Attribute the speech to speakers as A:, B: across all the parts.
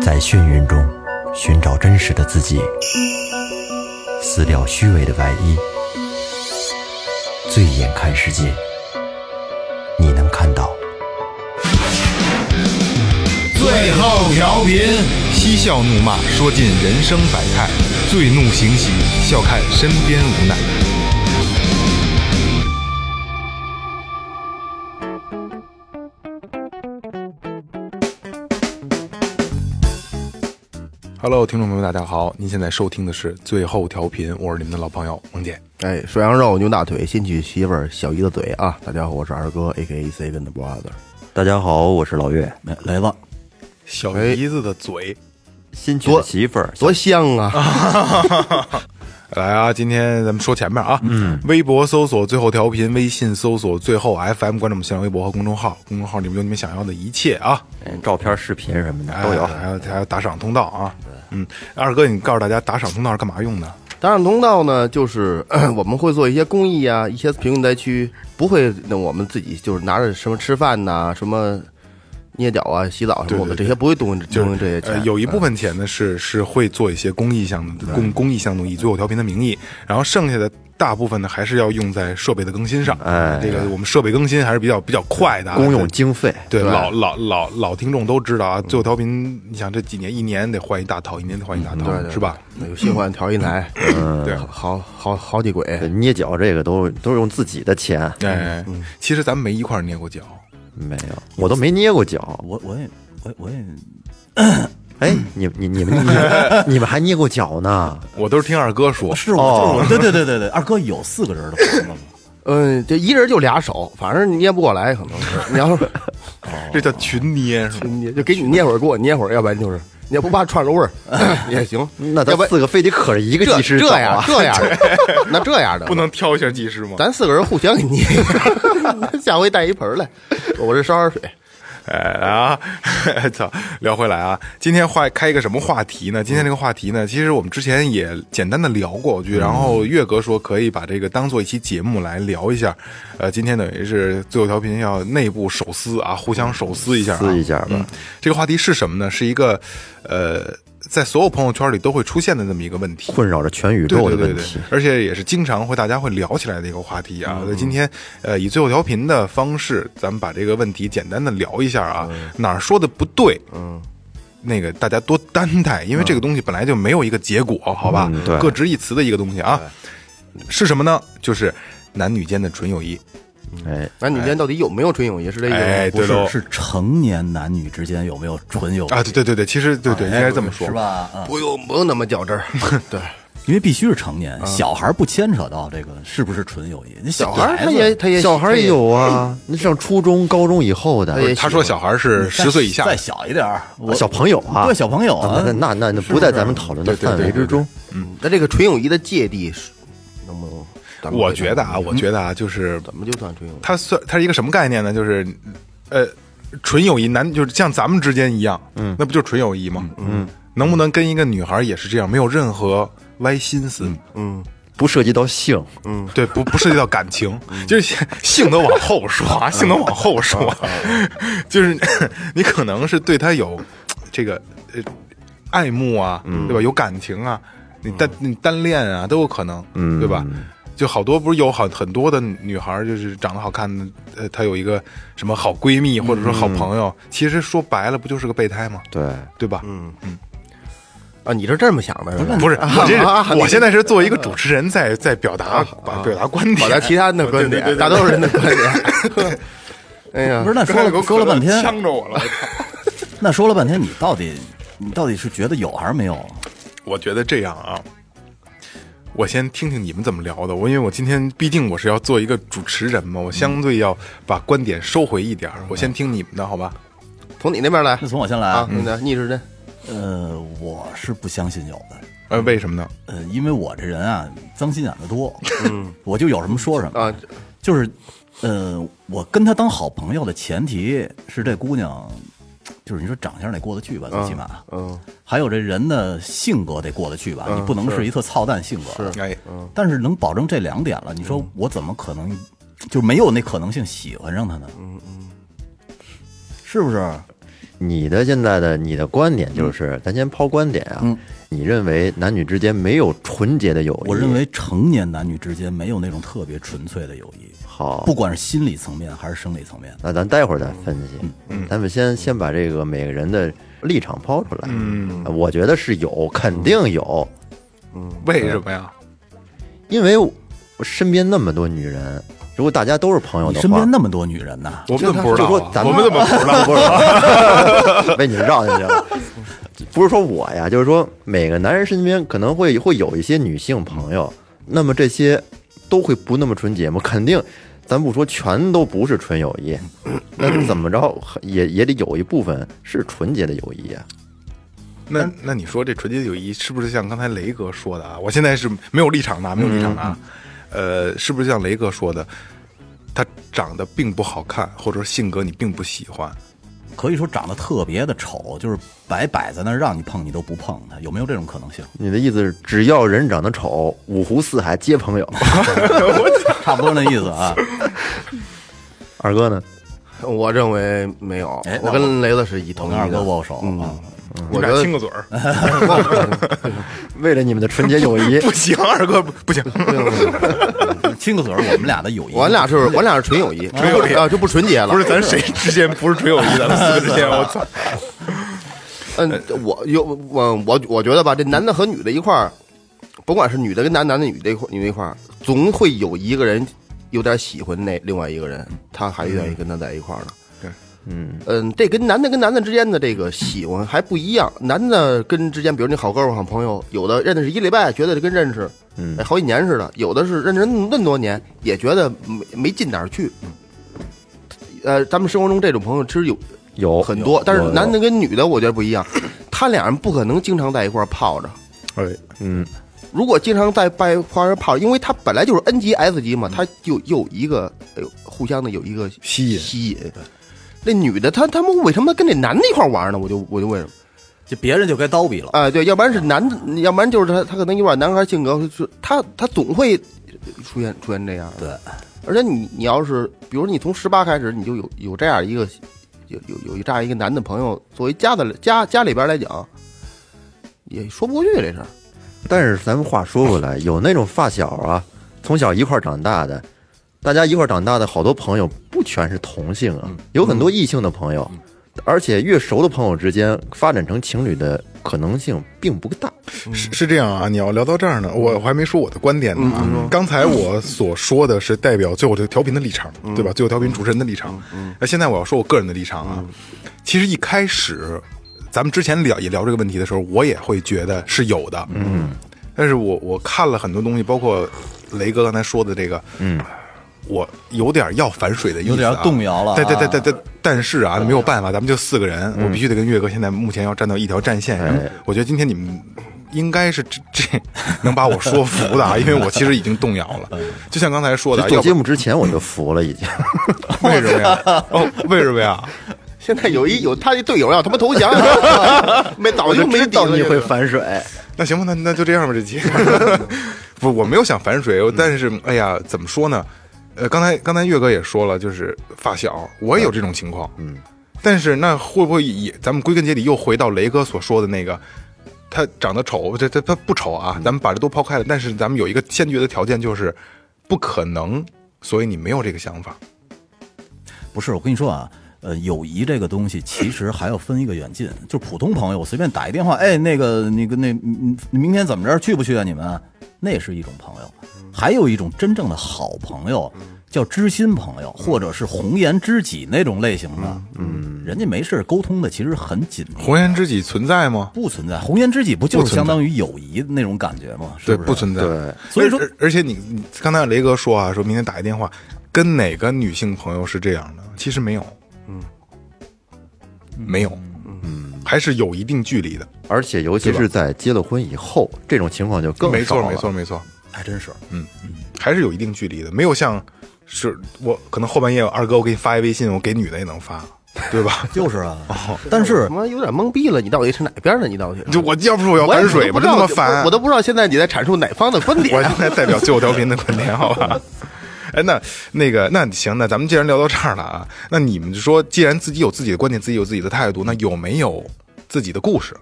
A: 在眩晕中寻找真实的自己，撕掉虚伪的外衣，醉眼看世界，你能看到。
B: 最后调频，
C: 嬉笑怒骂，说尽人生百态；醉怒行喜，笑看身边无奈。Hello，听众朋友们，大家好！您现在收听的是最后调频，我是你们的老朋友萌姐。
D: 哎，涮羊肉、牛大腿、新娶媳妇儿、小姨子嘴啊！大家好，我是二哥，A K A C 跟的 brother。
A: 大家好，我是老岳。
D: 来来了，
C: 小
D: 哎
C: 姨子的嘴，
A: 新娶的
D: 多
A: 媳妇儿，
D: 多香啊！
C: 来啊！今天咱们说前面啊，嗯，微博搜索最后调频，微信搜索最后 FM，关注我们新浪微博和公众号，公众号里面有你们想要的一切啊，
A: 嗯照片、视频什么的都有
C: 哎。还有还有打赏通道啊，嗯，二哥，你告诉大家打赏通道是干嘛用的？
D: 打赏通道呢，就是 咳我们会做一些公益啊，一些贫困灾区不会，那我们自己就是拿着什么吃饭呐、什么捏脚啊、洗澡什
C: 对
D: 么
C: 对
D: 的，
C: 对
D: 这些不会动用动
A: 嗯
D: 用这些
C: 呃
D: 钱。
C: 有一部分钱呢是是会做一些公益项的公公益项目，以最后调频的名义，然后剩下的大部分呢还是要用在设备的更新上。
A: 哎
C: 这个我们设备更新还是比较比较快的啊，
A: 公用经费，
C: 对老老老老听众都知道啊，最后调频，你想这几年一年得换一大套，一年得换一大套，
D: 对对嗯
C: 是吧？？
D: 对有新换调音台，
C: 对
D: 好好好好几轨，
E: 对捏脚这个都都是用自己的钱，
C: 哎，其实咱们没一块儿捏过脚，
E: 没有，我都没捏过脚。
F: 我我也我我也
E: 哎，你你你们你们你们还捏过脚呢？
C: 我都是听二哥说，
F: 是我
C: 哦
F: 就是我，对对对对对，二哥有四个人的房子吗？
D: 嗯，这一人就俩手，反正捏不过来，可能是你要是
C: 这叫群捏是吧？
D: 你就给你捏会儿，给我捏会儿，要不然就是你要不怕串着味儿 也行。
E: 那
D: 要
E: 咱
D: 不然
E: 四个非得可着一个
D: 这
E: 技师
D: 这
E: 走
D: 样
E: 啊？
D: 这样的，那这样的
C: 不，能挑一下技师吗？
D: 咱四个人互相给捏，下 回带一盆儿来，我这烧点水。
C: 哎啊， 操！聊回来啊，今天话开一个什么话题呢？今天这个话题呢，其实我们之前也简单的聊过，我
E: 嗯
C: 觉得。然后岳哥说可以把这个当做一期节目来聊一下。呃，今天等于是最后调频要内部手撕啊，互相手撕一下、啊，
E: 撕一下吧
C: 嗯这个话题是什么呢？是一个呃，在所有朋友圈里都会出现的这么一个问题。
E: 困扰着全宇
C: 对
E: 宙的
C: 对对
E: 问
C: 对
E: 题，，嗯
C: 而且也是经常会大家会聊起来的一个话题啊。所以今天呃，以最后调频的方式，咱们把这个问题简单的聊一下啊，
E: 嗯
C: 哪儿说的不对，嗯。那个大家多担待，因为这个东西本来就没有一个结果，好吧？
E: 嗯对
C: 各执一词的一个东西啊，是什么呢？就是男女间的纯友谊。
E: 哎，
D: 男女间到底有没有纯友谊是这意思
C: 哎，
D: 吗？
F: 不
C: 对
F: 是
C: 喽，
F: 是成年男女之间有没有纯友谊
C: 啊，对对对对，其实对对，应该这么说
F: 哎是？吧？啊，
D: 不用不用那么较真儿，对，
F: 因为必须是成
C: 嗯
F: 年，小孩不牵扯到这个是不是纯友谊。那
D: 小孩儿
F: 孩
D: 他也他也
E: 小孩儿也，有啊，那上初中、高中以后的
D: 他也
C: 他说小孩是十岁以下
F: 再小一点儿，我
E: 小朋友啊，
F: 对小朋友啊
E: 那那那那不在咱们讨论的范围之中。
D: 那这个纯友谊的芥蒂是能不能？咱们
C: 我
D: 给他
C: 觉得
F: 嗯
C: 啊，我觉得啊，就是
D: 怎么就算纯友谊？
C: 它算它是一个什么概念呢？就是，呃，纯友谊男就是像咱们之间一样，嗯，那不就是纯友谊吗？嗯，能不能跟一个女孩也是这样，没有任何歪心思？
E: 不涉及到性，
C: 嗯，对，不不涉及到感情，
D: 嗯
C: 就是性性都往后说啊，性都往后说，
D: 嗯
C: 就是你可能是对他有这个呃爱慕啊，
D: 嗯
C: 对吧？有感情啊，你单你单恋啊都有可能，
D: 嗯
C: 对吧？就好多不是有好很多的女孩儿，就是长得好看的，呃，她有一个什么好闺蜜或者说
D: 嗯
C: 好朋友，其实说白了不就是个备胎吗？
E: 对，
C: 对吧？
D: 嗯啊，你是这么想的？是吧？
C: 不 是，我这
D: 啊啊
C: 是
D: 你啊
C: 我现在是作为一个主持人在在表达表达观点，
D: 表达其他人的观点，大多数人的观点。哎呀，
F: 不是那说了说了半天，
C: 呛着我了。
F: 那说了半天，你到底你到底是觉得有还是没有？
C: 我觉得这样啊，我先听听你们怎么聊的。我因为我今天毕竟我是要做一个主持人嘛，我相对要把观点收回一点儿。我先听你们的好吧？
D: 从你那边来
F: 那从我先来
D: 啊，你的逆时针，
F: 呃，我是不相信有的。
C: 呃，为什么呢？
F: 呃，因为我这人啊，脏心眼子多，
C: 嗯
F: 我就有什么说什么
D: 啊，
F: 就是，呃，我跟她当好朋友的前提是这姑娘，就是你说长相得过得去吧，最起码，
D: 嗯，
F: 还有这人的性格得过得去吧，你不能是一特操蛋性格，
D: 是
C: 哎，
F: 但是能保证这两点了，你说我怎么可能就没有那可能性喜欢上她呢？嗯嗯，是不是？
E: 你的现在的你的观
F: 嗯
E: 点就是，咱先抛观点啊，你认为男女之间没有纯洁的友谊？
F: 我认为成年男女之间没有那种特别纯粹的友谊，
E: 好，
F: 不管是心理层面还是生理层面。
E: 那咱待会儿再分析，
F: 嗯
E: 咱们先先把这个每个人的立场抛出来。嗯，我觉得是有，肯定有，
C: 呃为什么呀？
E: 因为我身边那么多女人，如果大家都是朋友
F: 你
E: 的话，
F: 身边那么多女人呐，
C: 我们怎么不知
E: 就
C: 道
E: 说
C: 啊？
E: 咱
C: 我们怎么
E: 不知 道？不知 道，被你们绕进去了。不是说我呀，就是说每个男人身边可能会会有一些女性朋友，
C: 嗯
E: 那么这些都会不那么纯洁吗？肯定，咱不说全都不是纯友谊，
C: 嗯
E: 那怎么着也也得有一部分是纯洁的友谊啊。
C: 那那你说这纯洁友谊是不是像刚才雷哥说的啊？我现在是没有立场的啊，没有立场的啊。呃，是不是像雷哥说的，他长得并不好看，或者说性格你并不喜欢？
F: 可以说长得特别的丑，就是摆摆在那儿，让你碰你都不碰它，有没有这种可能性？
E: 你的意思是，只要人长得丑，五湖四海皆朋 友。
F: 差不多那意思啊。
E: 二 哥呢？
D: 我认为没有
F: 哎，那
D: 我跟雷子是一
F: 我
D: 同
F: 跟二
D: 意
F: 哥
D: 的。嗯
F: 握手啊，
C: 你
D: 我
C: 们
D: 觉
C: 俩
D: 得
C: 亲个嘴儿
E: 为了你们的纯洁友 谊，
C: 不行，二哥不不 行，
F: 亲个嘴儿，我们俩的友谊，
D: 我们俩是，我俩是纯友谊，纯友谊啊，就不纯洁了。
C: 不是咱谁之间不是纯友谊，咱们四个之间，我操！
D: 嗯，我有我我我觉得吧，这男的和女的一块儿，甭管是女的跟男男的女的一块女的一块儿，总会有一个人有点喜欢那另外一个人，他还愿意跟他在一块儿呢。
C: 对，
D: 嗯嗯，这跟男的跟男的之间的这个喜欢还不一样，男的跟之间，比如你好哥们儿、好朋友，有的认识一礼拜，觉得这跟认识哎好几年似的；有的是认识那么多年，也觉得没没进哪儿去。呃，咱们生活中这种朋友其实有
E: 有
D: 很多，但是
E: 有
D: 男的跟女的我觉得不一样，他俩人不可能经常在一块儿泡着。
C: 哎，
E: 嗯，
D: 如果经常在拜花儿泡，因为他本来就是 N 级 S 级嘛，他就有一个哎呦，互相的有一个
C: 吸引
D: 吸引。那女的，她他们为什么跟这男的一块儿玩呢？我就我就问什么？
F: 就别人就该叨逼了。
D: 哎、对，要不然是男的，要不然就是他，他可能有点男孩性格，是他他总会出现出现这样。
F: 对，
D: 而且你你要是，比如你从十八开始，你就有有这样一个有有有一这样一个男的朋友作为家的家家里边来讲，也说不过去这事儿。
E: 但是咱们话说回来，有那种发小啊，从小一块儿长大的，大家一块儿长大的好多朋友，不全是同性啊，有很多异性的朋友，而且越熟的朋友之间发展成情侣的可能性并不大。
C: 是是这样啊，你要聊到这儿呢，我我还没说我的观点呢、啊。刚才我所说的是代表最后调频的立场，对吧？最后调频主持人的立场。那现在我要说我个人的立场啊。其实一开始，咱们之前聊也聊这个问题的时候，我也会觉得是有的。嗯，但是我我看了很多东西，包括雷哥刚才说的这个，嗯，我有点要反水的意思、啊，
F: 有点动摇了啊
C: 对对对对对，但是啊，没有办法，咱们就四个人，我必须得跟岳哥现在目前要站到一条战线上。我觉得今天你们应该是这 这能把我说服的啊，因为我其实已经动摇了。就像刚才说的，
E: 做
C: 啊要
E: 节
C: 不
E: 目之前我就服了，已经。
C: 为什么呀？哦，为什么呀？
D: 现在
C: 嗯
D: 有一有他的队友要他妈 投降，没早就 没底了这个
E: 反水，
C: 那行吧，那那就这样吧，这期。 不，我没有想反水，但是哎呀，怎么说呢？呃，刚才刚才岳哥也说了，就是发小，我也有这种情况。嗯，但是那会不会也？咱们归根结底又回到雷哥所说的那个，他长得丑，这这他不丑啊，咱们把这都抛开了。但是咱们有一个先决的条件，就是不可能，所以你没有这个想法。
F: 不是，我跟你说啊，呃，友谊这个东西其实还要分一个远近，就普通朋友，我随便打一电话，哎，那个那个那嗯明天怎么着去不去啊？你们那也是一种朋友，还有一种真正的好朋友。叫知心朋友，或者是红颜知己那种类型的，嗯，人家没事儿沟通的其实很紧密，
C: 红颜知己存在吗？
F: 不存在红颜知己，不就
C: 不
F: 是
C: 存在
F: 相当于友谊的那种感觉吗？是
C: 对，
F: 不
C: 不
F: 是
C: 存在。
E: 对，
F: 所以说
C: 而，而且你你刚才雷哥说啊，说明天打一电话，跟哪个女性朋友是这样的？其实没有，嗯，没有，嗯，还是有一定距离的。
E: 而且尤其是在结了婚以后，这种情况就更
C: 没
E: 少
C: 错，
E: 了
C: 没错，，没错，嗯
F: 还真是？
C: 还是有一定距离的，没有像是我可能后半夜二哥，我给你发一微信，我给女的也能发，对吧
F: 就是啊，
C: 哦
F: 但是
D: 他妈有点懵逼了，你到底是哪边的？你到底是
C: 就我要不是我要
D: 我也
C: 反水，
D: 我
C: 我
D: 都
C: 真他
D: 不知道
C: 妈烦，
D: 我都不知道现在你在阐述哪方的观点。
C: 我现在代表最后调频的观点，好吧？ 哎，那那个，那行，那咱们既然聊到这儿了啊，那你们就说，既然自己有自己的观点，自己有自己的态度，那有没有自己的故事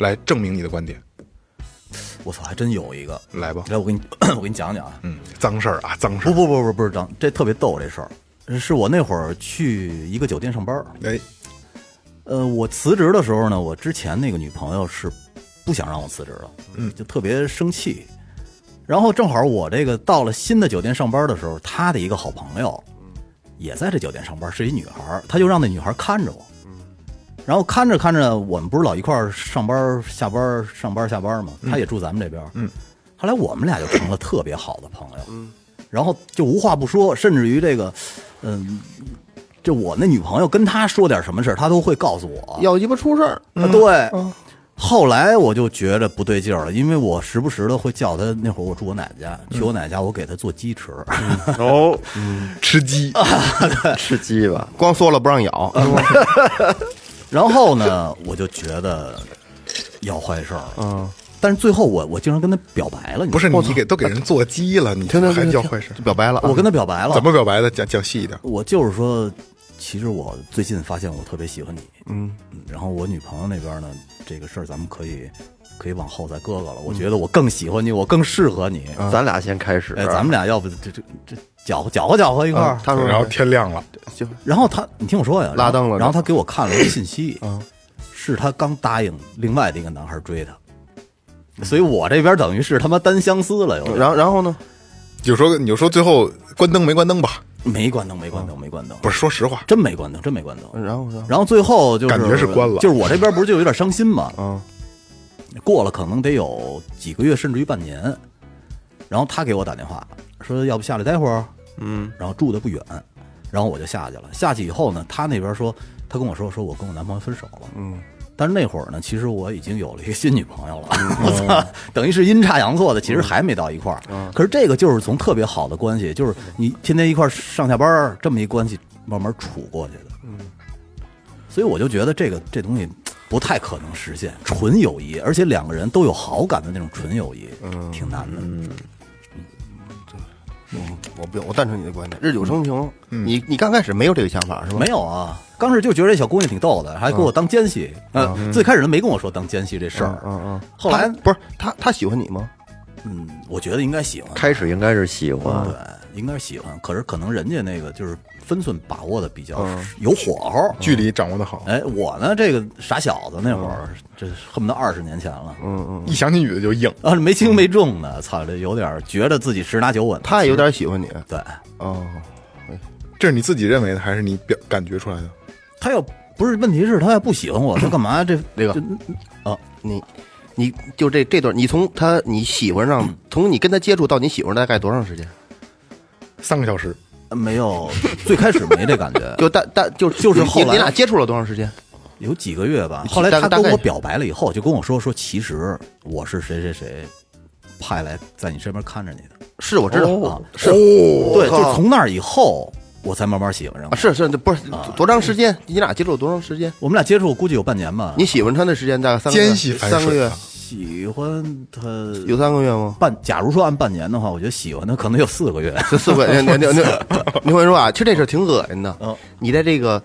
C: 来证明你的观点？
F: 我操，还真有一个，
C: 来吧，
F: 来，我给你 我给你讲讲啊。
C: 嗯，脏事儿啊，脏事
F: 不
C: 儿，
F: 不不不不是张，这特别逗这事儿，是我那会儿去一个酒店上班儿，
C: 哎，
F: 呃，我辞职的时候呢，我之前那个女朋友是不想让我辞职的，嗯，就特别生气。然后正好我这个到了新的酒店上班的时候，她的一个好朋友也在这酒店上班，是一女孩儿，她就让那女孩儿看着我。然后看着看着，我们不是老一块儿上班、下班、上班、下班吗？她也住咱们这边。嗯，后来我们俩就成了特别好的朋友。嗯，然后就无话不说，甚至于这个，嗯、就我那女朋友跟她说点什么事儿，她都会告诉我。
D: 要鸡巴出事儿，
F: 啊，
C: 嗯
F: 对。后来我就觉着不对劲儿了，因为我时不时的会叫他。那会儿我住我奶奶家，
C: 嗯
F: 去我奶奶家，我给他做鸡吃。
E: 哦，
C: 吃鸡，
D: 啊
E: 吃鸡吧，
D: 光说了不 让咬，
F: 然后呢，我就觉得要坏事儿。嗯，但是最后我我竟然跟他表白了，你知道吗
C: 不是你给都给人做鸡了，你
D: 听听
C: 还
D: 听
C: 要
D: 听
C: 坏事儿？
D: 就表白了啊，
F: 我跟他表白了，
C: 怎么表白的？讲讲细一点。
F: 我就是说，其实我最近发现我特别喜欢你，嗯，然后我女朋友那边呢，这个事儿咱们可以可以往后再搁搁
C: 嗯
F: 了。我觉得我更喜欢你，我更适合你。
E: 嗯咱俩先开始，
F: 哎，咱们俩要不这这这搅和搅和搅和一块
C: 嗯
F: 儿。
D: 他说
C: 然后天亮了，
F: 然后他，你听我说呀，
D: 拉登了嗯
F: 然后他给我看了一个信息，是他刚答应另外的一个男孩追他，所以我这边等于是他妈单相思了，有点
D: 然后然后呢？
C: 就说你就说最后关灯没关灯吧？
F: 没关灯，没关灯，没关灯，
C: 不是，说实话，
F: 真没关灯，真没关灯。
D: 然后然后
F: 然后最后就是
C: 感觉是关了
F: 就是我这边不是就有点伤心嘛，
D: 嗯，
F: 过了可能得有几个月，甚至于半年，然后他给我打电话说要不下来待会儿，嗯，然后住的不远，然后我就下去了。下去以后呢，他那边说他跟我说说我跟我男朋友分手了，嗯，但是那会儿呢，其实我已经有了一个新女朋友了，
C: 嗯
F: 我操，等于是阴差阳错的，其实还没到一块儿。
C: 嗯
F: 可是这个就是从特别好的关系，就是你天天一块儿上下班儿这么一关系慢慢处过去的，嗯，所以我就觉得这个这东西。不太可能实现纯友谊，而且两个人都有好感的那种纯友谊，嗯，挺难的。
D: 我不我赞成你的观点，
E: 嗯
D: 日久生情。你你刚开始没有这个想法是吧？
F: 没有啊，刚开始就觉得这小姑娘挺逗的，还给我当奸细。呃，最开始她没跟我说当奸细这事儿，嗯嗯。后来
D: 他，不是他他喜欢你吗？
F: 嗯，我觉得应该喜欢，
E: 开始应该是喜欢
F: 对，，应该是喜欢。可是可能人家那个就是分寸把握的比较有火候。
C: 距离掌握的好，
F: 哎，我呢这个傻小子那会儿，这恨不得二十年前了，
D: 嗯
C: 一想起女的就硬。
F: 啊，没轻没重的，操，这有点觉得自己十拿九稳。
D: 他也有点喜欢你
F: 对，
D: 哦，
C: 这是你自己认为的，还是你表感觉出来的？
F: 他要不是问题是他要不喜 欢我，他干嘛这
D: 这个
F: 这啊？
D: 你你就这这段，你从他你喜欢上，
E: 嗯
D: 从你跟他接触到你喜欢大概多长时间？
C: 三个小时，
F: 没有，最开始没这感觉，
E: 呃
D: 就大大就
F: 就是
D: 你
F: 后
D: 你
F: 来
D: 俩接触了多长时间？
F: 有几个月吧。
D: 你
F: 后来
D: 大
F: 他
D: 大
F: 跟
D: 概
F: 我表白了以后，就跟我说说，其实我是谁谁谁派来在你身边看着你的。
D: 是我知道啊
F: 哦，是，对，就从那儿以后，我才慢慢喜欢上
D: 啊
F: 他。
D: 是是，不是
E: 啊
D: 多长时间？你俩接触了多长时间？
F: 我们俩接触估计有半年吧。
D: 你喜欢他的时间大概三个月
C: 奸细反
D: 三个
C: 水
D: 月
C: 啊
F: 喜欢他
D: 有三个月吗？
F: 半，假如说按半年的话，我觉得喜欢他可能有四个月。
D: 这四个月，你你你你会说啊，其实这事儿挺恶心的
F: 嗯。
D: 你在这个，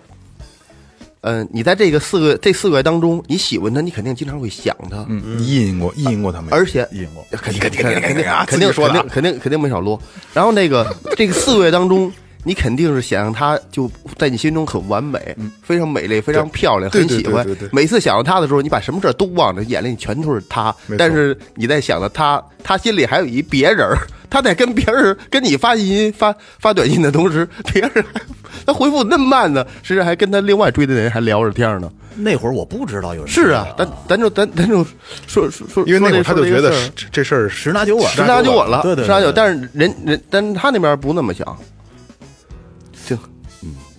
D: 嗯、你在这个四个这四个月当中，你喜欢他，你肯定经常会想他，
C: 嗯你意淫过，意淫过他没有？
D: 而且
F: 引过
D: 肯定肯定
C: 肯定
D: 肯定
C: 啊
D: 肯
C: 自己
D: 定
C: 说的啊
D: 肯定肯定肯定没少撸。然后那个这个四个月当
C: 嗯
D: 中。你肯定是想让他就在你心中很完美，非常美丽，非常漂亮，
C: 嗯对
D: 很
C: 对
D: 喜欢
C: 对对对。
D: 每次想到他的时候，你把什么事儿都忘了，眼里全都是他
C: 没错。
D: 但是你在想着他，他心里还有一别人儿，他在跟别人跟你发语音发发短信的同时， 别人还他回复那么慢呢，甚至还跟他另外追的人还聊着天呢。
F: 那会儿我不知道有人
D: 是
F: 追
D: 啊，
F: 我
D: 咱咱就咱咱就说说说，
C: 因为那会儿他
D: 说这
C: 就觉得
D: 说这
C: 是这这
D: 个事儿
C: 事儿
F: 十拿
C: 啊
F: 九稳，
D: 十拿九稳了，
F: 对对，
D: 十拿九。
F: 是
D: 但是人人，但是他那边不那么想，就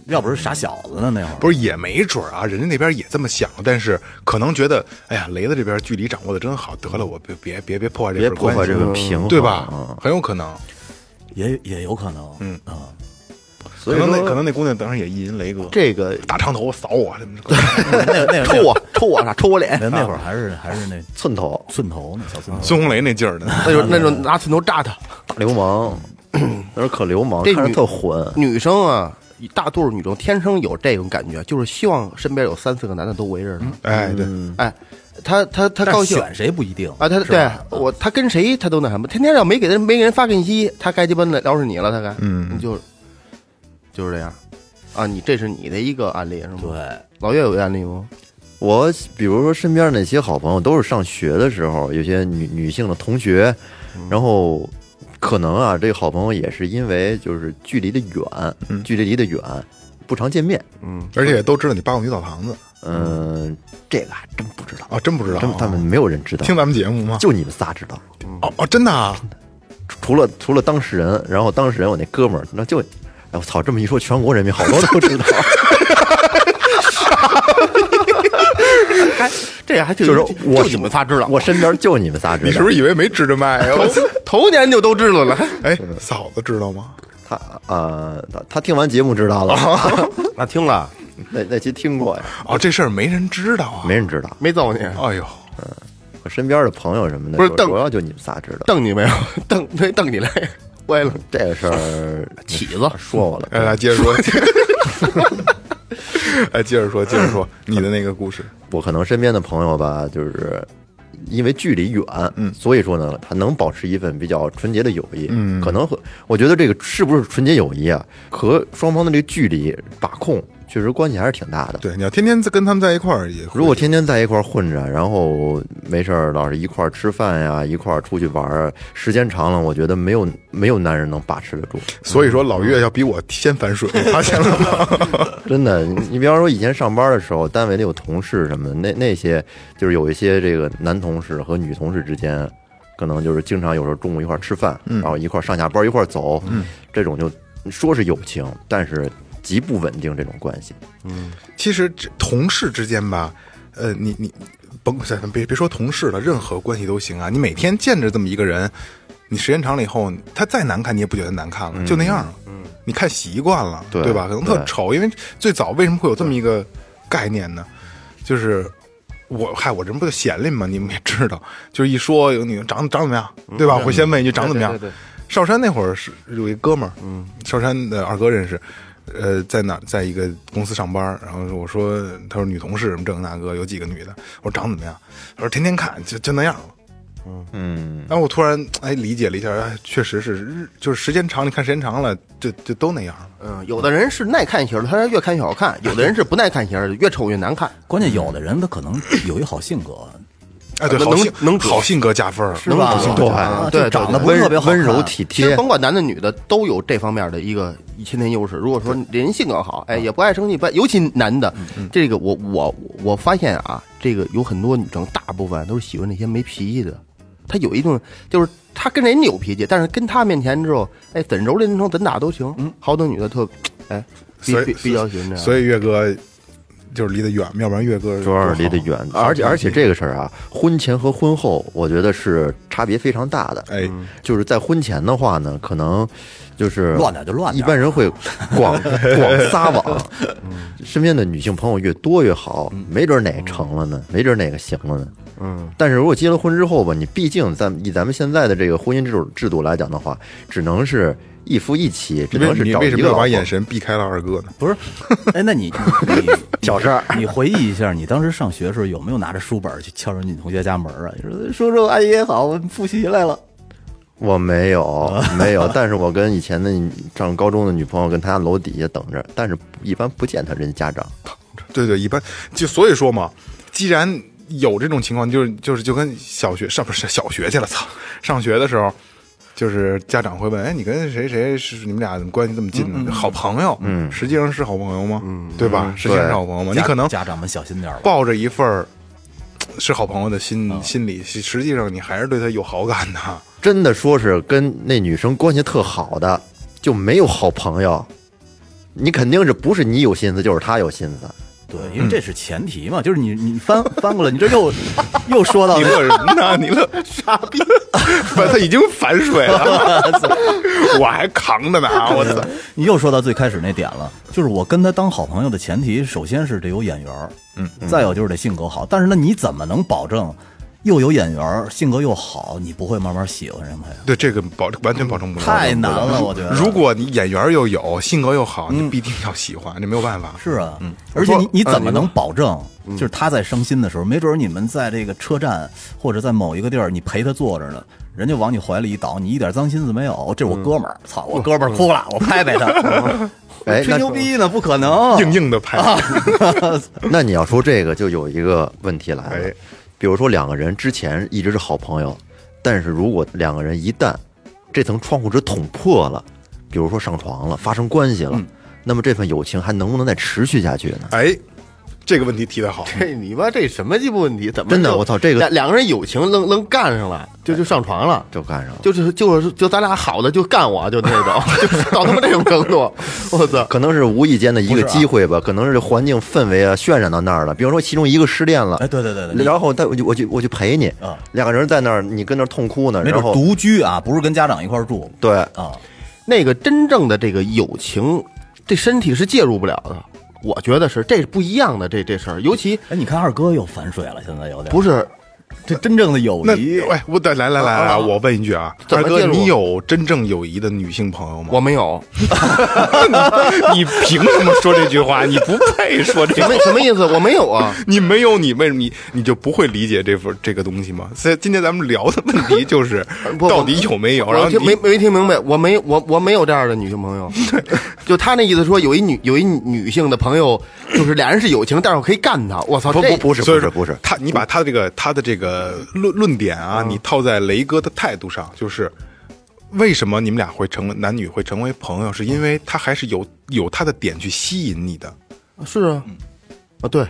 F: 要不是傻小子呢，那会儿
C: 不是也没准儿啊，人家那边也这么想，但是可能觉得，哎呀，雷子这边距离掌握的真好，得了，我别别别别破坏这
E: 别
C: 份
E: 破
C: 关
E: 坏
C: 系
E: 这个平衡，
C: 对吧
E: 嗯？
C: 很有可能，
F: 也也有可能，嗯啊。
E: 所
C: 可
E: 以
C: 能那
E: 说
C: 可能那姑娘当时也意淫雷哥，
D: 这 个
C: 大长头扫我什么 的，
F: 那那
D: 抽我抽我啥抽我脸
F: 哎
D: 啊
F: 那，那会儿还是还是那
E: 寸头
F: 寸头呢，小寸头。
C: 孙红雷那劲儿的，
D: 那就那就拿寸头扎他，
E: 大流氓， 那时候可流氓，
D: 这
E: 看着
D: 女
E: 特混。
D: 女生啊，大多数女生天生有这种感觉，就是希望身边有三四个男的都围着
E: 嗯
D: 她。
C: 哎，对，
D: 哎，她她她
F: 嗯但
D: 高
F: 是
D: 兴
F: 选谁不一定
D: 啊，她
F: 是
D: 对
F: 吧
D: 我，她跟谁她都那什么，天天要没给她没给人发信息，她该鸡巴的聊是你了，她该嗯，就就是这样啊。你这是你的一个案例是吗？，
F: 对，
D: 老岳有案例吗？
E: 我比如说身边那些好朋友都是上学的时候，有些女女性的同学，然后可能啊，这个好朋友也是因为就是距离的远，距离离得远，不常见面。
C: 而且也都知道你扒过女澡堂子
E: 嗯，这个还真不知道，
C: 啊，真不知道
E: 真
C: 啊，
E: 他们没有人知道，
C: 听咱们节目吗？
E: 就你们仨知道，
C: 哦哦，真的啊，
E: 除了除了当事人，然后当事人我那哥们儿，那就，哎我操，这么一说，全国人民好多都知 道。
D: 还这还挺
E: 就是我
D: 就你们仨知道，
E: 我身边就你们仨知
C: 你是
E: 道
C: 不。是以为没支着麦呀？我操
D: 头年就都知道了。
C: 哎，嫂子知道吗？
E: 他啊，他他听完节目知道 了，
D: 那听了
E: 那那期听过呀，
C: 哦，这事儿没人知道啊，
E: 没人知道。
D: 没揍你？
C: 哎呦，
E: 我身边的朋友什么的，
D: 不是
E: 主
D: 邓
E: 主要就你们仨知道
D: 瞪你没有？ 瞪没瞪你来？ 歪了，
E: 这个事儿。
D: 起嗯子
E: 说我了，
C: 哎，来接着说， 哎，接着说，接着说你的那个故事，
E: 我可能身边的朋友吧，就是因为距离远，嗯，所以说呢，他能保持一份比较纯洁的友谊，嗯，可能和我觉得这个是不是纯洁友谊啊，和双方的这个距离把控，确实关系还是挺大的。
C: 对，你要天天跟他们在一块儿也会，
E: 如果天天在一块儿混着，然后没事儿老是一块儿吃饭呀，一块儿出去玩儿，时间长了，我觉得没有没有男人能把持得住。
C: 所以说老岳要比我先反水，你发现了吗？
E: 真的，你你比方说以前上班的时候，单位里有同事什么的，那那些就是有一些这个男同事和女同事之间，可能就是经常有时候中午一块儿吃饭，然后一块儿上下班一块儿走，这种就说是友情，但是极不稳定这种关系。
C: 其实这同事之间吧，呃，你你甭咱别别说同事了，任何关系都行啊。你每天见着这么一个人，你时间长了以后，他再难看你也不觉得难看了，就那样了。嗯，你看习惯了，
E: 对
C: 吧？可能特
E: 对
C: 丑，因为最早为什么会有这么一个概念呢？就是我嗨，我这不就闲林吗？你们也知道，就是一说有女的长长怎么样，对吧？会先问一句长怎么样。
D: 对对对
C: 少山那会儿是有一哥们儿，嗯，少山的二哥认识，呃，在哪儿在一个公司上班，然后我说他说女同事什么这个那个有几个女的，我说长怎么样？他说天天看就就那样了。
E: 嗯，
C: 然后我突然哎理解了一下，哎，确实是日就是时间长，你看时间长了就就都那样了。
D: 嗯，有的人是耐看型的，他是越看越好看；有的人是不耐看型的，越丑越难看。
F: 关键有的人他可能有一好性格，
C: 哎，
E: 啊
C: 对，
D: 能
C: 好性
D: 能
C: 好性格加分儿，
F: 是吧？
E: 对
F: 啊
D: 对
F: 就长得不
E: 温
F: 是特别好看
E: 温柔 体
D: 其实
E: 贴，
D: 甭管男的女的，都有这方面的一个先天优势。如果说人性格好，哎，也不爱生气，不爱尤其男的，这个我我我发现啊，这个有很多女生，大部分都是喜欢那些没脾气的。她有一种就是她跟人家有脾气，但是跟她面前之后，哎，怎揉这人头怎打都行。好多女的特，哎，比
C: 所以
D: 比比较喜欢这样。
C: 所以岳哥就是离得远，要不然岳哥
E: 主要是离得远，而且而且这个事儿啊，婚前和婚后，我觉得是差别非常大的。
C: 哎，
E: 就是在婚前的话呢，可能就是
F: 乱点就乱
E: 一
F: 点
E: 般人会 广广撒网，
C: 嗯
E: 身边的女性朋友越多越好，没准哪个成了
C: 嗯
E: 呢，没准哪个行了呢。嗯，但是如果结了婚之后吧，你毕竟咱以咱们现在的这个婚姻制度制度来讲的话，只能是一夫一妻，只
C: 你为
E: 能是
C: 你
E: 找
C: 为
E: 一
C: 什
E: 个
C: 么要
E: 老
C: 把
E: 婆
C: 眼神避开了二哥呢？
F: 不是，哎，那你你
E: 小事儿，
F: 你回忆一下，你当时上学的时候有没有拿着书本儿去敲人女同学家门儿啊？你说叔叔阿姨也好，我复习来了。
E: 我没 有，没有，但是我跟以前的上高中的女朋友跟她楼底下等着，但是一般不见她人家长。
C: 对对，一般就所以说嘛，既然有这种情况，就是就是就跟小学上不是小学去了，操，上学的时候。就是家长会问，哎，你跟谁谁是你们俩怎么关系这么近呢？好朋友，嗯，实际上是好朋友吗？嗯，对吧？实际上是好朋友吗？你
F: 家
C: 可能
F: 家长们小心点儿吧。
C: 抱着一份儿是好朋友的心、心理，实实际上你还是对他有好感的。
E: 真的说是跟那女生关系特好的，就没有好朋友。你肯定是不是你有心思，就是他有心思。
F: 对，因为这是前提嘛，就是你你翻翻过来，你这又 又说到
C: 你乐什么呢？你乐嗯 傻逼！反他已经反水了， 我还扛着呢，啊我操！
F: 你又说到最开始那点了，就是我跟他当好朋友的嗯前提，首先是得有眼缘儿，嗯，再有就是得性格好。但是呢，你怎么能保证又有眼缘儿，性格又好，你不会慢慢喜欢上他呀？
C: 对这个保完全保证不了。
F: 太难了，我觉得。
C: 如果你眼缘又有，性格又好，
D: 嗯
C: 你必定要喜欢，这没有办法。
F: 是啊，而且你你怎么能保证，就是他在伤心的时候，没准儿你们在这个车站或者在某一个地儿，你陪他坐着呢，人家往你怀里一倒，你一点脏心思没有，这是我哥们儿，操，我哥们儿哭了，我拍拍他，
E: 哎
F: 吹
E: 那
F: 牛逼呢，不可能，
C: 硬硬的拍，
D: 啊
E: 那你要说这个，就有一个问题来了
C: 哎，
E: 比如说两个人之前一直是好朋友，但是如果两个人一旦这层窗户纸捅破了，比如说上床了，发生关系
F: 嗯
E: 了，那么这份友情还能不能再持续下去呢？
C: 哎，这个问题提的好，
D: 这你妈这什么鸡巴问题？怎么
E: 真的
D: 就
E: 我操这个
D: 两两个人友情愣愣干上了，就就上床了。
E: 就干上了，
D: 就是就是就咱俩好的就干我就那种， 就是到他妈这种程度，我操！
E: 可能是无意间的一
F: 啊
E: 个机会吧，可能是环境氛围啊渲染到那儿了。比如说其中一个失恋了，
F: 哎，对对对对，
E: 然后他我就我去我去陪你，
F: 啊
E: 两个人在那儿你跟那儿痛哭呢，
F: 没
E: 然
F: 准儿
E: 后
F: 独居啊，不是跟家长一块儿住
E: 对
F: 啊，
D: 那个真正的这个友情，这身体是介入不了的，我觉得是这是不一样的这这事儿，尤其
F: 哎，你看二哥又反水了，现在有点
D: 不是
F: 这真正的友
C: 那
F: 谊，
C: 哎，我得来来来来，我问一句啊，
D: 怎
C: 二
D: 么
C: 哥，
D: 介入
C: 你有真正友谊的女性朋友吗？
D: 我没有，
C: 你凭什么说这句话？你不配说这
D: 什
C: 个。
D: 么什么意思？我没有啊，
C: 你没有你为什么你你就不会理解这份这个东西吗？所以今天咱们聊的问题就是
D: 不
C: 到底有没有，然后
D: 我
C: 你
D: 听没没听明白，我没我我没有这样的女性朋友，就他那意思说有一女有一女女性的朋友，就是俩人是友情，但是我可以干她，我操，
E: 不
D: 这
E: 不不是
C: 所
E: 不
C: 以
E: 是
C: 说
E: 不是，
C: 他，你把他这个他的这个论论点啊，你套在雷哥的态度上，就是为什么你们俩会成为男女会成为朋友，是因为他还是有有他的点去吸引你的，
D: 是啊，啊对。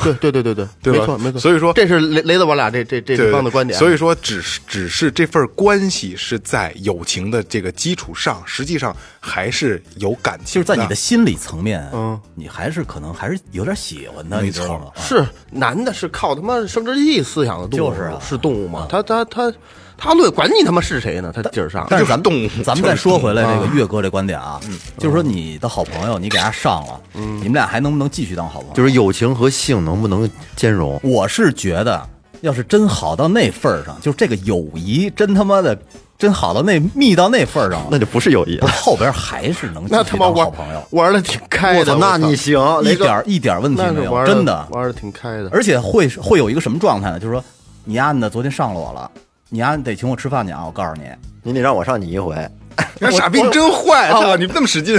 D: 对对对对对，
C: 对吧
D: 没错没错。
C: 所以说
D: 这是雷雷子我俩这这
C: 对
D: 这这方的观点。啊
C: 所以说，只是只是这份关系是在友情的这个基础上，实际上还是有感情
F: 就是在你的心理层面，
D: 嗯，
F: 你还是可能还是有点喜欢他，
C: 没
F: 你知道
C: 错
F: 吗？啊
D: 是男的是靠他妈生殖器思想的动物，
F: 就是啊
D: 动物嘛？他他他他论管你他妈是谁呢？他劲儿上，
F: 但是咱们
C: 就是动物
F: 咱们
C: 就是
F: 再说回来这个岳哥这观点啊，就是说你的好朋友你给他上了，你们俩还能不能继续当好朋友？
E: 就是友情和性能不能兼容？
F: 我是觉得，要是真好到那份儿上，就是这个友谊真他妈的真好到那密到那份儿上了，
E: 那就不是友谊 了。
F: 后边还是能继
D: 那
F: 续
D: 他妈
F: 当好
D: 玩
F: 朋友，
D: 玩的挺开
E: 我
D: 的
E: 操，，
D: 我
E: 那
D: 操
E: 你行，
F: 一
E: 哦雷哥
F: 点儿一点儿问题
D: 那
F: 没
D: 是
F: 有，
D: 玩
F: 真的。
D: 玩的挺开的。
F: 而且会会有一个什么状态呢？就是说，你丫的昨天上了我了，你丫得请我吃饭去啊！我告诉你，
E: 你得让我上你一回，
C: 那傻逼，你真坏！操，你那么使劲，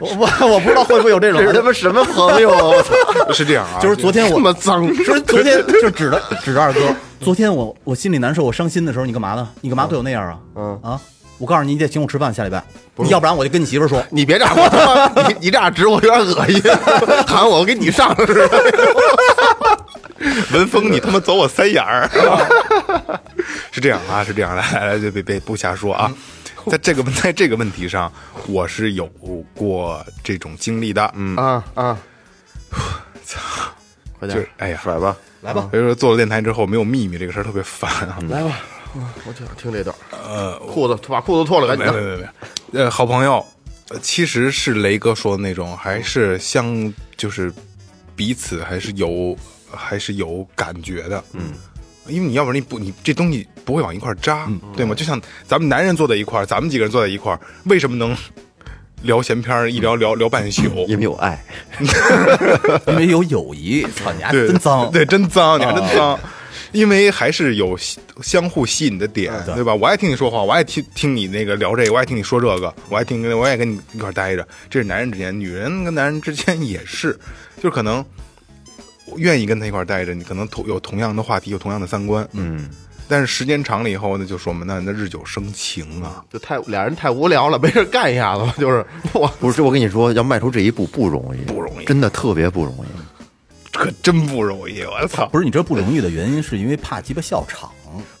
F: 我我我不知道会不会有这种
E: 这，是他妈什么朋 友啊！我操，
C: 是这样啊？
F: 就是昨天
D: 这
F: 我
D: 么脏，
F: 不是昨天就指着指着二哥，昨天我我心里难受，我伤心的时候，你干嘛呢？你干嘛对我那样啊？
D: 嗯
F: 啊，我告诉你，你得请我吃饭，下礼拜，要不然我就跟你媳妇儿说。
D: 你别这样，我他妈你你这样指我有点恶心，喊我我给你上似的。
C: 文峰，你他妈走我三眼儿， 是这样啊，是这样，来来来，别别别不瞎说啊，在这个问在这个问题上，我是有过这种经历的，嗯，
D: 啊啊！操，快
C: 就
D: 点
C: 是哎呀，
E: 甩吧，
C: 来吧，所以说做了电台之后没有秘密这个事儿特别烦啊，
D: 来吧，我想听这段。呃，裤子把裤子脱了，赶
C: 没
D: 紧
C: 有没。有没有没有，呃，好朋友，呃其实是雷哥说的那种，还是相就是彼此还是有还是有感觉的，嗯。因为你要不然你不你这东西不会往一块儿扎，对吗？就像咱们男人坐在一块儿，咱们几个人坐在一块儿，为什么能聊闲篇儿一聊聊聊半宿？
E: 因为有爱。
F: 因为有友谊，操你丫
C: 对，
F: 啊真脏。 啊
C: 对，真脏，你还真脏。因为还是有吸相互吸引的点，对吧？我爱听你说话，我爱听听你那个聊这个，我爱听你说这个，我爱听，我爱跟你一块儿待着。这是男人之间，女人跟男人之间也是，就是可能我愿意跟他一块儿待着，你可能同有同样的话题，有同样的三观，嗯。但是时间长了以后呢，就说我们那那日久生情啊，
D: 就太俩人太无聊了，没事干一下子吧，就是我
E: 不是，我跟你说，要迈出这一步不容易，
C: 不容易
E: 真的特别不容易。
C: 可真不容易，我操！
F: 不是你这不容易的原因，是因为怕鸡巴笑场。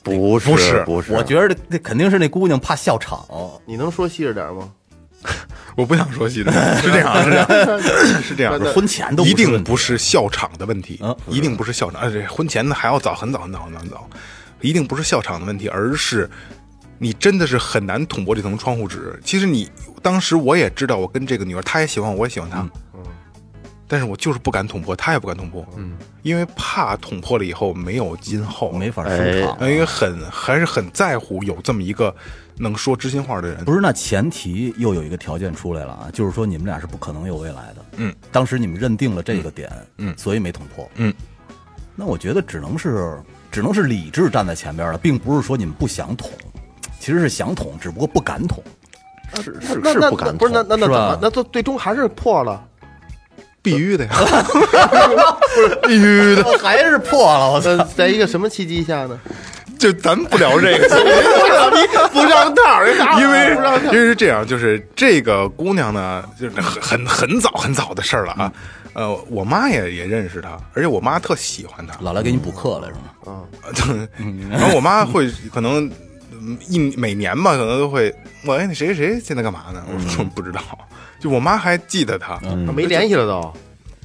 E: 不是，
C: 不
E: 不
C: 是
E: 不是，啊
F: 我觉得那肯定是那姑娘怕笑场。
D: 你能说细着点吗？
C: 我不想说戏的，是这样啊，是这 样，是这样，
F: 婚前都
C: 一定
F: 不
C: 不
F: 是
C: 是笑场的问题
F: 啊，
C: 一定不是笑场，而且婚前的还要早，很早很早很早很早，一定不是笑场的问题，而是你真的是很难捅破这层
F: 嗯
C: 窗户纸。其实你当时我也知道，我跟这个女儿，她也喜欢我，我也喜欢她，但是我就是不敢捅破，他也不敢捅破，嗯，因为怕捅破了以后没有今后，
F: 没法收场。
C: 呃，因为很还是很在乎有这么一个能说知心话的人。
F: 不是，那前提又有一个条件出来了啊，就是说你们俩是不可能有未来的。
C: 嗯，
F: 当时你们认定了这个点，
C: 嗯嗯
F: 所以没捅破。
C: 嗯，
F: 那我觉得只能是只能是理智站在前边了，并不是说你们不想捅，其实是想捅，只不过不敢捅。
E: 是是
D: 那
E: 是
D: 那
E: 不
D: 那
E: 敢捅，
D: 不啊是那那那
F: 是
D: 怎
F: 吧
D: 么？那最最终还是破了，
C: 必须的呀，
E: 必须的，
F: 还是破了，我操！
D: 呃， 在一个什么契机下呢？
C: 就咱们不聊这 个，
D: 不上套，
C: 因为
D: 不上套
C: 因为是这样，就是这个姑娘呢，就是很很很早很早的事儿了啊。呃，我妈也也认识她，而且我妈特喜欢她。
F: 老来给你补课来是吗？
C: 然后我妈会可能嗯一每年吧，可能都会问：“哎，那谁谁谁现在干嘛呢？”我说不知道，就我妈还记得她。
D: 啊没联系了都，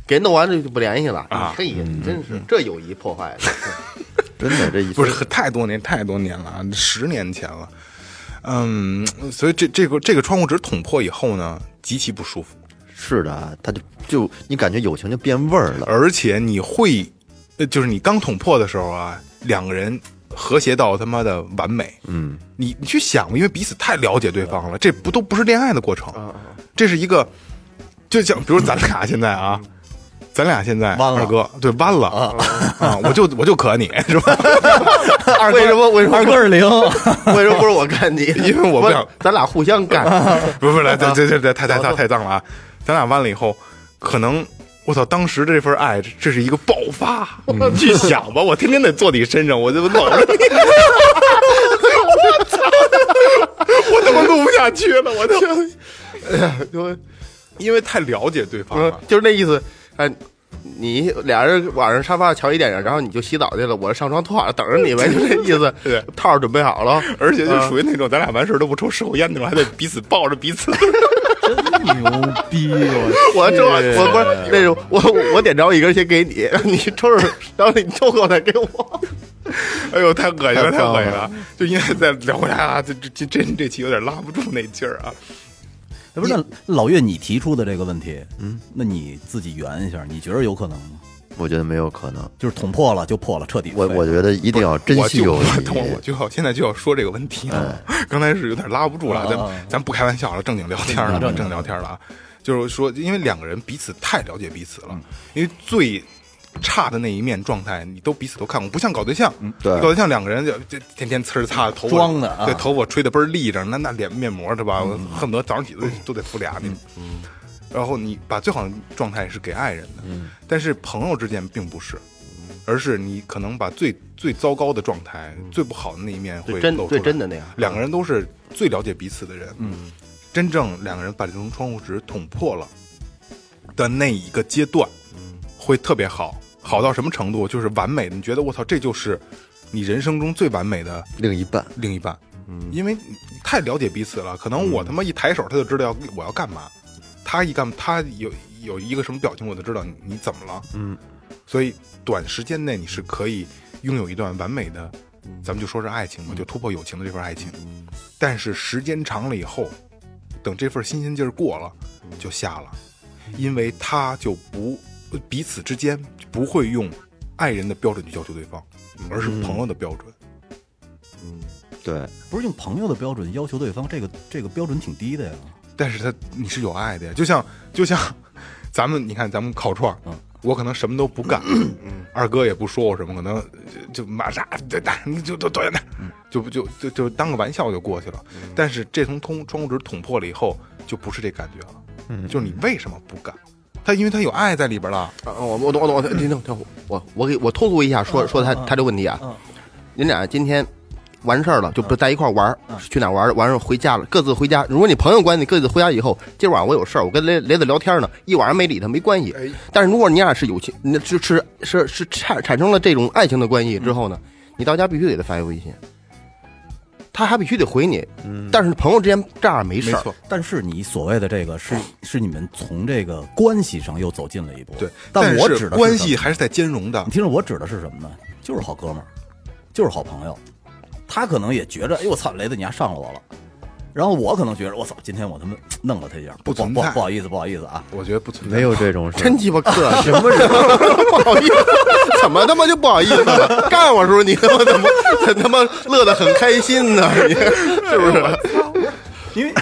D: 给人弄完了就不联系了
C: 啊
D: 嘿，真是这友谊破 坏了。
E: 真的这一
C: 不是太多年，太多年了，啊，十年前了。嗯，所以这这个这个窗户纸捅破以后呢，极其不舒服，
E: 是的，他就就你感觉友情就变味儿了，
C: 而且你会，呃就是你刚捅破的时候啊，两个人和谐到他妈的完美。嗯，你你去想，因为彼此太了解对方
F: 嗯
C: 了，这不都不是恋爱的过程，这是一个，就像比如咱俩现在啊。咱俩现在
F: 嗯弯了嗯
C: 二哥对弯了啊，我就我就可你是吧？
D: 二为什么为什么
F: 二哥是 零，
D: 为什么不是我干 你？
C: 因为我不想，
D: 咱俩互相 干。
C: 不是不是，来这这这这太太太太脏了啊！咱俩完了以后，可能我操，当时这份爱，这这是一个爆发。去想吧，我天天得坐你身上，我就搂 着你，我操，我他妈录不下去了，我就
D: 就
C: 因为太了解对方了。
D: 嗯就是那意思，哎，你俩人晚上沙发上瞧一电影，然后你就洗澡去了，我上床脱了等着你呗，就这意 思。
C: 对
D: 套儿准备好了，
C: 而且就属于那种咱俩完事儿都不抽十口烟那种，还得彼此抱着彼此。
F: 牛逼！
D: 我抽完我不是那种我我点着一根先给你，你抽着，然后你抽够再给我。
C: 哎呦，太恶心了，太恶心了！就因为在聊回来啊，这这这这这期有点拉不住那劲儿啊。
F: 哎不是那老岳，你提出的这个问题，嗯，那你自己圆一下，你觉得有可能吗？
E: 我觉得没有可能。
F: 就是捅破了就破了，彻底
E: 我
F: 废
E: 我
F: 了
E: 觉得一定要珍惜友
C: 我就
E: 谊
C: 我，等会儿我就要现在就要说这个问题了。
F: 嗯
C: 刚开始有点拉不住
F: 哦
C: 了，咱咱不开玩笑了，正经聊天了，
F: 嗯正经
C: 正经聊天了啊。就是说，因为两个人彼此太了解彼此
F: 嗯
C: 了，因为最差的那一面状态，你都彼此都看过，不像搞对象，
F: 嗯
E: 对
C: 搞对象两个人就就天天呲儿擦头发
F: 装的啊
C: 对头发吹的倍儿立着，那那脸面膜对吧？我
D: 嗯
C: 恨不得早上起来都得敷俩那种。然后你把最好的状态是给爱人的，
D: 嗯
C: 但是朋友之间并不是，而是你可能把最最糟糕的状态、最不好的那一面会
D: 嗯最真
C: 露出
D: 最
C: 来。
D: 真的那样
C: 两个人都是最了解彼此的人，嗯，真正两个人把这层窗户纸捅破了的那一个阶段，
D: 嗯
C: 会特别好，好到什么程度？就是完美的，你觉得我操，这就是你人生中最完美的
E: 另一半
C: 另一半，因为你太了解彼此了，可能我他妈一抬手，他就知道我要干嘛，他一干他有有一个什么表情，我就知道你你怎么了，
E: 嗯，
C: 所以短时间内你是可以拥有一段完美的，咱们就说是爱情吧，就突破友情的这份爱情，但是时间长了以后，等这份新鲜劲儿过了，就下了，因为他就不彼此之间不会用爱人的标准去要求对方，而是朋友的标准。
E: 对，
F: 不是用朋友的标准要求对方，这个这个标准挺低的呀。
C: 但是他你是有爱的呀，就像就像 咱们你看咱们烤串，
F: 嗯
C: 我可能什么都不 干，嗯二哥也不说我什么，可能就就马啥对对，你就就对那，
F: 嗯
C: 就就就就当个玩笑就过去了。但是这层通窗户纸捅破了以后，就不是这感觉了，
F: 嗯
C: 就是你为什么不干？他因为他有爱在里边了，
D: 啊，我我懂我懂，我懂听听听，我我给我透露一下，说说他他这问题啊，您俩今天完事儿了，就不在一块儿玩儿，去哪儿玩儿？完事儿回家了，各自回家。如果你朋友关系，各自回家以后，今儿晚上我有事儿，我跟雷雷子聊天呢，一晚上没理他没关系。
C: 哎
D: 但是如果你俩是友情，那就是是是产产生了这种爱情的关系之后呢，你到家必须给他发一微信。他还必须得回你，但是朋友之间这样没
C: 没
D: 事儿，
C: 错，
F: 但是你所谓的这个是是你们从这个关系上又走近了一步。
C: 对。
F: 但我
C: 是
F: 指的是
C: 关
F: 什
C: 系
F: 么，
C: 还是在兼容的
F: 你，听着，我指的是什么呢？就是好哥们儿，就是好朋友。他可能也觉着，哎呦我操，雷子你还上了我了，然后我可能觉得我操，今天我他妈弄了他一下，
C: 不存
F: 不
C: 在
F: 不好意思，不好意思啊，
C: 我觉得不存在，
E: 没有这种事儿
D: 真。鸡巴客 啊气，什么人不好意思， 怎么他妈就不好意思了？干我时候你他妈怎么怎他妈乐得很开心呢？你是不是？
F: 因为，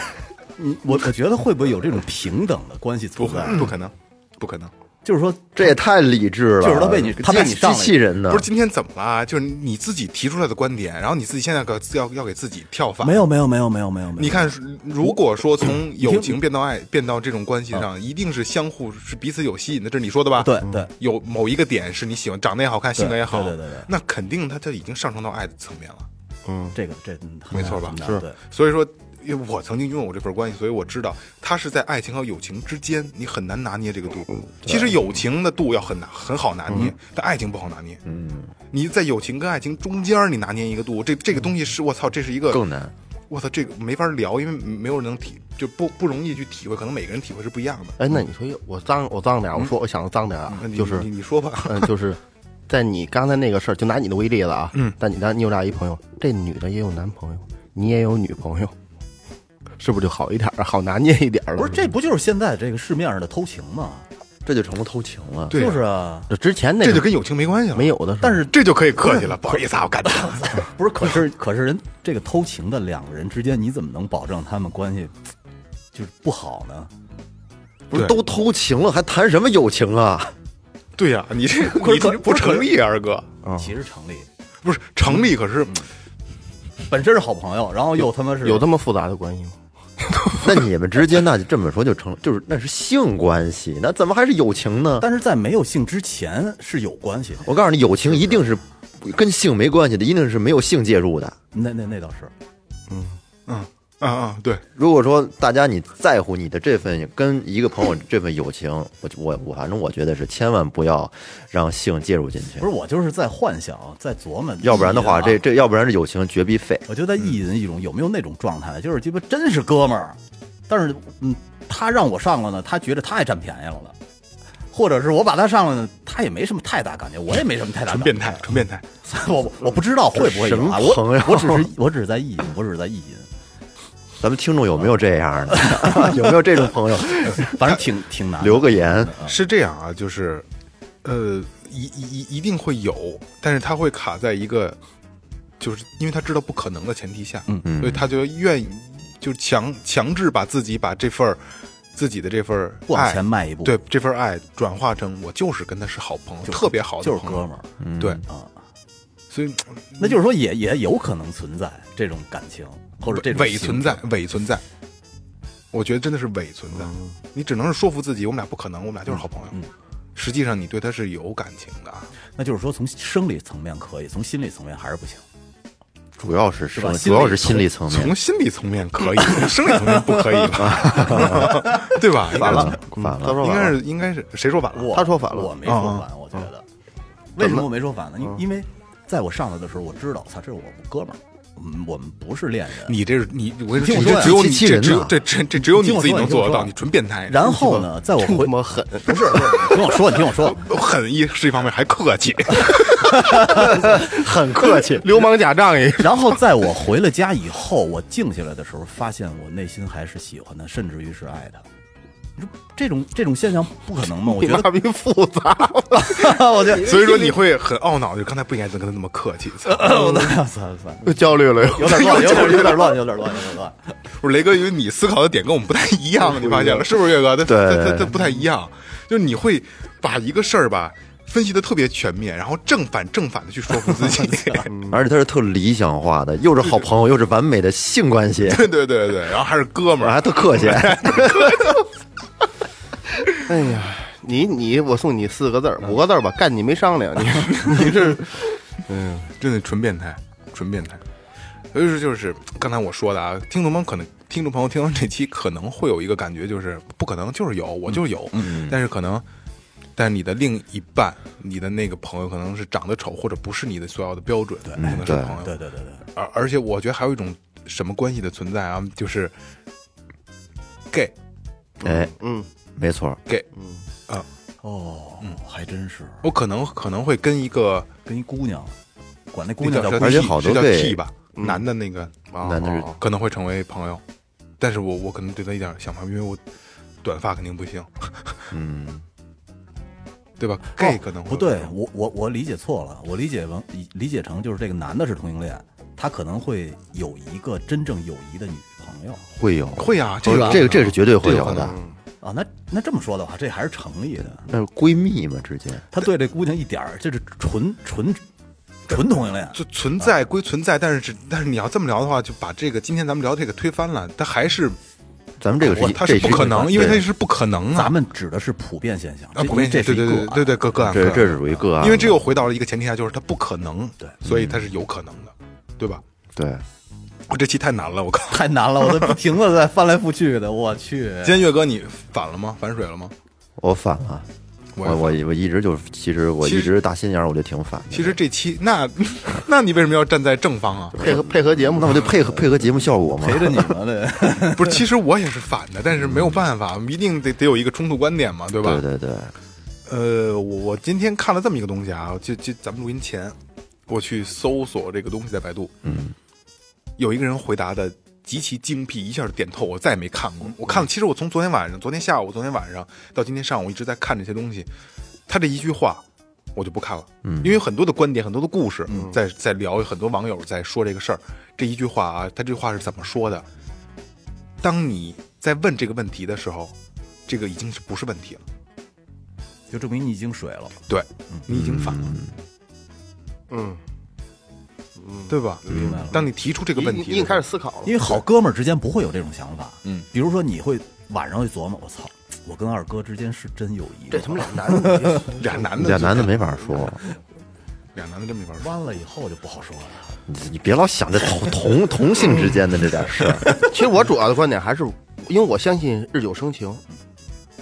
F: 嗯我我觉得会不会有这种平等的关系
C: 不
F: 存
C: 可
F: 在？
C: 不可能，不可能。
F: 就是说，
E: 这也太理智了，
F: 就是他被你他被你
E: 机
F: 上
E: 机
F: 了
E: 器人呢
D: 嗯
C: 不是？今天怎么了？啊就是你自己提出来的观点，然后你自己现在给要要给自己跳反。
F: 没有没有没有没有没有没有，
C: 你看，如果说从友
F: 听嗯
C: 情变到爱，变到这种关系上，一定是相互是彼此有吸引的，这是你说的吧？
F: 对对
C: 有某一个点是你喜欢，长得也好看，性格也好，
F: 对对对对
C: 那肯定他他已经上升到爱的层面了。
F: 这个这嗯很
C: 没
F: 难
C: 错吧
F: 很难
C: 是
F: 对，
C: 所以说，因为我曾经拥有过这份关系，所以我知道它是在爱情和友情之间，你很难拿捏这个度。其实友情的度要很难很好拿捏，但爱情不好拿捏。嗯，你在友情跟爱情中间儿你拿捏一个度，这这个东西是我操，这是一个
E: 更难。
C: 我操，这个没法聊，因为没有人能体就不不容易去体会，可能每个人体会是不一样的。
D: 哎，那你说我脏我脏点
F: 嗯
D: 儿，我说我想脏点儿啊
C: 那，你
D: 就是
C: 你你说 吧，
D: 嗯，就是在你刚才那个事儿，就拿你的为例子啊，嗯，但你咱你有俩一朋友，这女的也有男朋友，你也有女朋友，是不是就好一点儿，啊好拿捏一点儿了？
F: 不是这不就是现在这个市面上的偷情吗？
E: 这就成了偷情了。
C: 对啊嗯
F: 就是啊，
D: 这之前那
C: 这
D: 个
C: 就跟友情没关系了。
D: 没有的时候，
F: 但是
C: 这就可以客气了，不好意思啊，我感觉
F: 不是，可是可是人这个偷情的两个人之间，你怎么能保证他们关系就是不好呢？
E: 不是
C: 对
E: 都偷情了，还谈什么友情 啊？
C: 对呀、你这
F: 可
C: 你这
F: 可
C: 不成立啊，二哥，
F: 其实成立，
C: 不是成立，可是
F: 本身是好朋友，然后又他妈是
D: 有这么复杂的关系吗？
E: 那你们之间那就这么说就成了，就是那是性关系，那怎么还是友情呢？
F: 但是在没有性之前是有关系的。
E: 我告诉你，友情一定是跟性没关系的，一定是没有性介入的。
F: 那那那倒是，
C: 嗯啊啊，对，
E: 如果说大家你在乎你的这份跟一个朋友这份友情，我我我反正我觉得是千万不要让性介入进去
F: 不，是我就是在幻想，在琢磨，
E: 要不然的话，
F: 意淫
E: 这
F: 啊
E: 这要不然这友情绝逼废。
F: 我就在意淫一种有没有那种状态，就是鸡巴真是哥们儿，但是嗯，他让我上了呢，他觉得他也占便宜了了。或者是我把他上了呢，他也没什么太大感觉，我也没什么太大感
C: 纯
F: 觉。
C: 变态，纯变态。
F: 我我不知道会不会有啊，
E: 这什么朋友
F: 我我只是我只是在意淫，我只是在意淫，
E: 咱们听众有没有这样的？ 有没有这种朋 友？
F: 反正挺挺难的。
E: 留个言，
C: 是这样啊，就是，呃，一一一一定会有，但是他会卡在一个，就是因为他知道不可能的前提下，
F: 嗯
C: 所以他就愿意就强强制把自己把这份儿自己的这份儿
F: 往前
C: 爱
F: 迈一步，
C: 对这份儿爱转化成我就是跟他是好朋友，
F: 就是，
C: 特别好的
F: 就是
C: 朋友
F: 哥们儿。
C: 对
F: 啊，
C: 所以
F: 那就是说也也有可能存在这种感情或者这种
C: 伪
F: 性格
C: 存在，伪存在。我觉得真的是伪存在，
F: 嗯
C: 你只能是说服自己，我们俩不可能，我们俩就是好朋友。实际上，你对他是有感情的啊。
F: 那就是说，从生理层面可以，从心理层面还是不行。
E: 主要是生，
F: 吧
E: 主要是心理层面
C: 从。心理层面可以，从生理层面不可以 吧？ 对吧？应该
E: 完
C: 是
E: 了，嗯
F: 嗯
E: 完
D: 他
E: 了，
D: 说
C: 应
D: 完
C: 该
D: 了
C: 是应该是谁说反了？
F: 我
D: 他说反了
F: 我没说反，我觉得。为什么我没说反呢？因因为在我上来的时候，我知道，操，这是我哥们儿，嗯，我们不是恋人。
C: 你这是你，我跟你
F: 听
C: 说，这
F: 我说
C: 只有你，
E: 机器
C: 这
E: 人
C: 只有
E: 呐
C: 这这这只有你
F: 听我
C: 自己
F: 说
C: 能
F: 你听我
C: 做得到，
F: 说
C: 你纯变态。
F: 然后呢，在我回
D: 这么狠，
F: 不是，不是，你听我说，你听我说，
C: 狠一是一方面，还客 气，
E: 很客气。
D: 流氓假仗义，
F: 然后在我回了家以后，我静下来的时候，发现我内心还是喜欢他，甚至于是爱他。你说这种这种现象不可能吗？我
D: 你
F: 觉
D: 妈
F: 得，
D: 逼复 杂，
F: 我觉得，
C: 所以说你会很懊恼，就刚才不应该跟他那么客气。操
F: 呃 算了算了，
D: 又焦虑了又。
F: 有点乱，有点有点乱，有点乱，有点乱。
C: 不是雷哥，因为你思考的点跟我们不太一样，你发现了是不是？岳哥，他
E: 对
C: 他他他不太一样，就是你会把一个事儿吧分析的特别全面，然后正反正反的去说服自 己。
E: 嗯而且他是特理想化的，又是好朋友，又是完美的性关系，
C: 对对对对，然后还是哥们儿
E: 还，特客气。
D: 哎呀，你你我送你四个字儿，
C: 嗯
D: 五个字儿吧，干你没商量，你 你这
C: 真的纯变态，纯变态。所以说，就是刚才我说的啊，听众朋友可能听众朋友听到这期可能会有一个感觉，就是不可能就是有，我就是有，但是可能，但是你的另一半，你的那个朋友可能是长得丑，或者不是你的所要的标准，可能是朋友。
F: 对对对对，
C: 而而且我觉得还有一种什么关系的存在啊，就是 gay
E: 哎，
D: 嗯，
E: 没错，
C: gay，
F: 哦，还真是
C: 我可能可能会跟一个
F: 跟一姑娘，管那姑
C: 那
F: 娘
C: 叫
F: 叫
C: 什么
E: 而且
C: T，
E: 好多
C: 是叫
E: gay
C: T 吧，男的那个哦
E: 男的是
C: 可能会成为朋友，但是我我可能对他一点想法，因为我短发肯定不行，
E: 嗯，哦
C: 对吧？gay 可能会
F: 不对，我我我理解错了，我理解为理解成就是这个男的是同性恋，他可能会有一个真正友谊的女朋友
E: 会有哦
C: 会啊，这个
E: 这个这个是绝对会
C: 这
E: 有
C: 可
E: 的
C: 能，
F: 啊。那那这么说的话，这还是成立的。
E: 那是闺蜜嘛之间，
F: 他对这姑娘一点儿，这是纯纯纯同性恋。
C: 就存在归存在，但是只但是你要这么聊的话，就把这个今天咱们聊这个推翻了，它还是
E: 咱们这个
C: 我
E: 是
C: 它是
E: 这
C: 不可能，因为它
E: 对
C: 是不可能啊
F: 咱。们指的是普遍现象，
C: 啊，
F: 这
C: 普遍
F: 这
C: 对
F: 是一
C: 对
F: 个
C: 对
F: 案
C: 对对个个案，啊
E: 这
C: 个案
E: 这是属于个案，
C: 因为只有回到了一个前提下，就是它不可能，
F: 对
C: 所以它是有可能的，对吧？
E: 对
C: 我这期太难了，我靠！
F: 啊太难了，我都不停的在翻来覆去的，我去。
C: 今天岳哥你反了吗？反水了吗？
E: 我反了，我我
C: 我
E: 我一直就是，其实我
C: 其实
E: 一直打心眼儿我就挺反的，
C: 其实这期那 那你为什么要站在正方啊？
D: 配合配合节目，
E: 那我就配合配合节目效果嘛，
F: 陪着你呢，这
C: 不是，其实我也是反的，但是没有办法，一定得得有一个冲突观点嘛，对吧？
E: 对对对，
C: 呃，我我今天看了这么一个东西啊，就就咱们录音前，我去搜索这个东西在百度，
E: 嗯，
C: 有一个人回答的极其精辟，一下就点透，我再也没看过。我看了，其实我从昨天晚上、昨天下午、昨天晚上到今天上午一直在看这些东西，他这一句话。我就不看了，嗯，因为有很多的观点、很多的故事，在在聊，有很多网友在说这个事儿。这一句话啊，他这句话是怎么说的？当你在问这个问题的时候，这个已经是不是问题了？
F: 就证明你已经水了。
C: 对，你已经反了，
D: 嗯，
C: 对吧？嗯
F: 明白了
C: 当你提出这个
D: 你
C: 问
D: 你
C: 题，
D: 已经开始，思考了
F: 因，为好哥们儿之间不会有这种想法。
C: 嗯，
F: 比如说你会晚上会琢磨，我操，我跟二哥之间是真友谊吗。
D: 这他妈俩男的，你这
C: 俩男的，
E: 俩男的，没法说，
C: 俩男的真没法说。
F: 弯了以后就不好说了。
E: 你你别老想这同同同性之间的这点事儿，
D: 其实我主要的观点还是，因为我相信日久生
C: 啊
D: 情，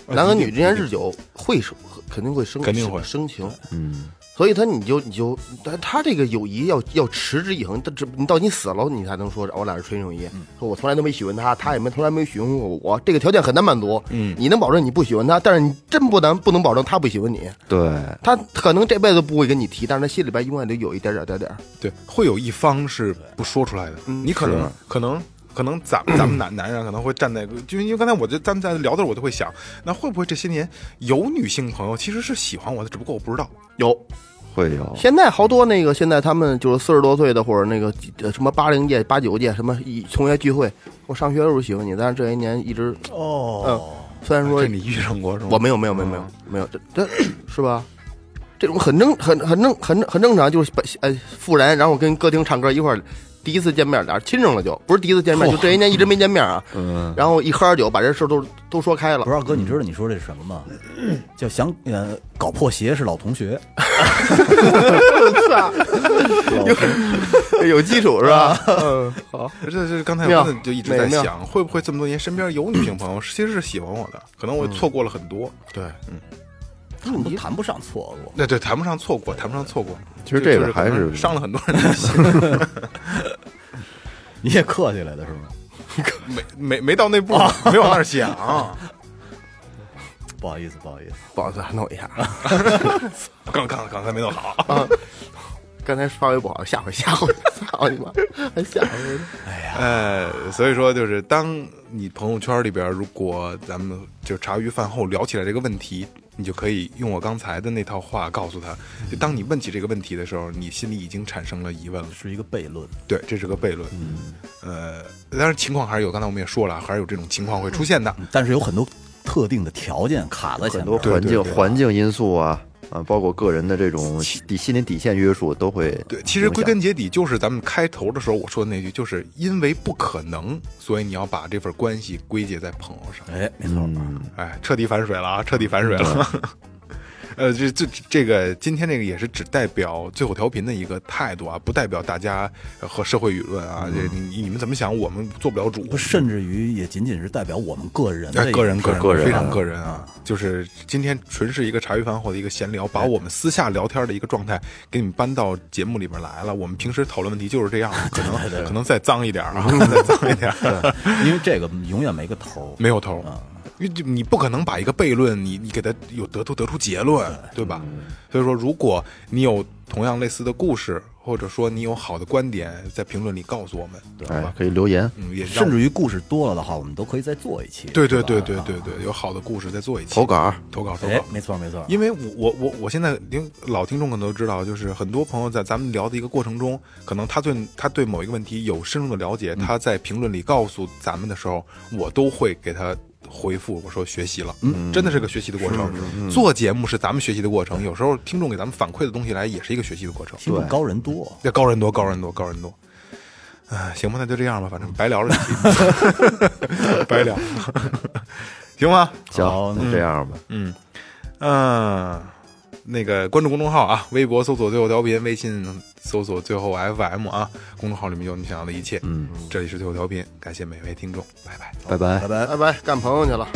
D: 男和女之间日久会生，肯定会生，
C: 肯定会
D: 生情。
E: 嗯，
D: 所以他你就你就，但他这个友谊要要持之以恒，他这你到你死了你才能说我俩是纯友谊。
C: 嗯
D: 说我从来都没喜欢他，他也没从来没喜欢过我，这个条件很难满足。嗯，你能保证你不喜欢他，但是你真不能不能保证他不喜欢你。
E: 对，
D: 他可能这辈子不会跟你提，但是他心里边永远都有一点点点点。
C: 对，会有一方是不说出来的。
D: 嗯
C: 你可能
E: 是啊
C: 可能可能咱咱们男男人可能会站在，就因为刚才我就咱们在聊的时候，我就会想，那会不会这些年有女性朋友其实是喜欢我的，只不过我不知道。
D: 有，
E: 会有，
D: 现在好多那个，现在他们就是四十多岁的，或者那个呃什么八零届、八九届，什么一同学聚会，我上学的时候喜欢你，但是这些年一直，
F: 哦，
D: 虽然说
C: 这你遇上过是吗？
D: 我没有没有没有没有没有，这这是吧？这种很正很很正很很正常，就是把呃复燃，然后跟歌厅唱歌一块儿，第一次见面俩人亲上了就，不是第一次见面，就这些年一直没见面啊。
E: 嗯，
D: 然后一喝点酒，把这事儿都都说开了
F: 不是。二哥，你知道你说这是什么吗？
C: 嗯
F: 叫想呃搞破鞋是老同学，
D: 有有基础是吧？嗯，好。
C: 这这刚才
D: 妙
C: 我真的就一直
D: 美
C: 在
D: 妙
C: 想，会不会这么多年身边有女性朋友其实是喜欢我
D: 嗯
C: 的，可能我错过了很多。对，
F: 谈不 谈不上错过。
C: 那对，谈不上错过，谈不上错过。
E: 其实
C: 就
E: 这
C: 就
E: 个还
C: 可能
E: 是
C: 伤了很多人的心。
F: 你也客气来的是吗？
C: 没没没到那步，没往那儿想。
F: 不好意思，不好意思，
D: 不好意思，啊弄一下。
C: 刚刚刚才没弄 好，
D: 刚才稍微不好，下回下回， 操你妈，还下回。
C: 呃，所以说就是当你朋友圈里边，如果咱们就茶余饭后聊起来这个问题，你就可以用我刚才的那套话告诉他，就当你问起这个问题的时候，你心里已经产生了疑问了。
F: 是一个悖论。
C: 对，这是个悖论。呃，当然情况还是有，刚才我们也说了，还是有这种情况会出现的。
F: 嗯但是有很多特定的条件卡在
E: 很
F: 前面
E: 多。环
C: 对
E: 境
C: 对对
E: 环境因素啊啊，包括个人的这种底心理底线约束都会
C: 对，其实归
E: 影
C: 根结底就是咱们开头的时候我说的那句，就是因为不可能，所以你要把这份关系归结在朋友上。
F: 哎，没错，
C: 哎，彻底反水了啊！彻底反水了。 呃，这这这个今天这个也是只代表最后调频的一个态度啊，不代表大家呃和社会舆论啊。这你你们怎么想，我们做不了主。
F: 不，甚至于也仅仅是代表我们个人
C: 哎
F: 的，
C: 个人个人
E: 个人
C: 非常个人啊，就是今天纯是一个茶余饭后的一个闲聊，把我们私下聊天的一个状态给你们搬到节目里边来了。我们平时讨论问题就是这样，可能可能再脏一点啊，再脏一点，
F: 因为这个永远没个头儿。
C: 没有头儿。因为就你不可能把一个悖论，你你给它有得出得出结论，对吧？所以说，如果你有同样类似的故事，或者说你有好的观点，在评论里告诉我们，对
E: 哎
C: 吧，？
E: 可以留言。
C: 嗯，也让
F: 甚至于故事多了的话，我们都可以再做一期。
C: 对对
F: 是吧
C: 对对对对，有好的故事再做一期
E: 投稿，
C: 投稿投
F: 哎
C: 稿，，
F: 没错没错，
C: 因为我我我我现在听老听众可能都知道，就是很多朋友在咱们聊的一个过程中，可能他对他对某一个问题有深入的了解，他在评论里告诉咱们的时候，我都会给他回复，我说学习了，嗯，真的是个学习的过程。做节目是嗯咱们学习的过程，有时候听众给咱们反馈的东西来，也是一个学习的过程。
F: 听众高人多，
C: 要高人多，高人多，高人多。哎，行吧，那就这样吧，反正白 聊了几期，白聊， 行吗？
E: 行
F: 好，
E: 那这样吧，
C: 嗯，那个关注公众号啊，微博搜索最后调频，微信搜索最后 FM 啊，公众号里面有你想要的一切。嗯，这里是最后调频，感谢每位听众，拜拜。
E: 拜拜
F: 拜。拜。
D: 拜拜，干朋友去了。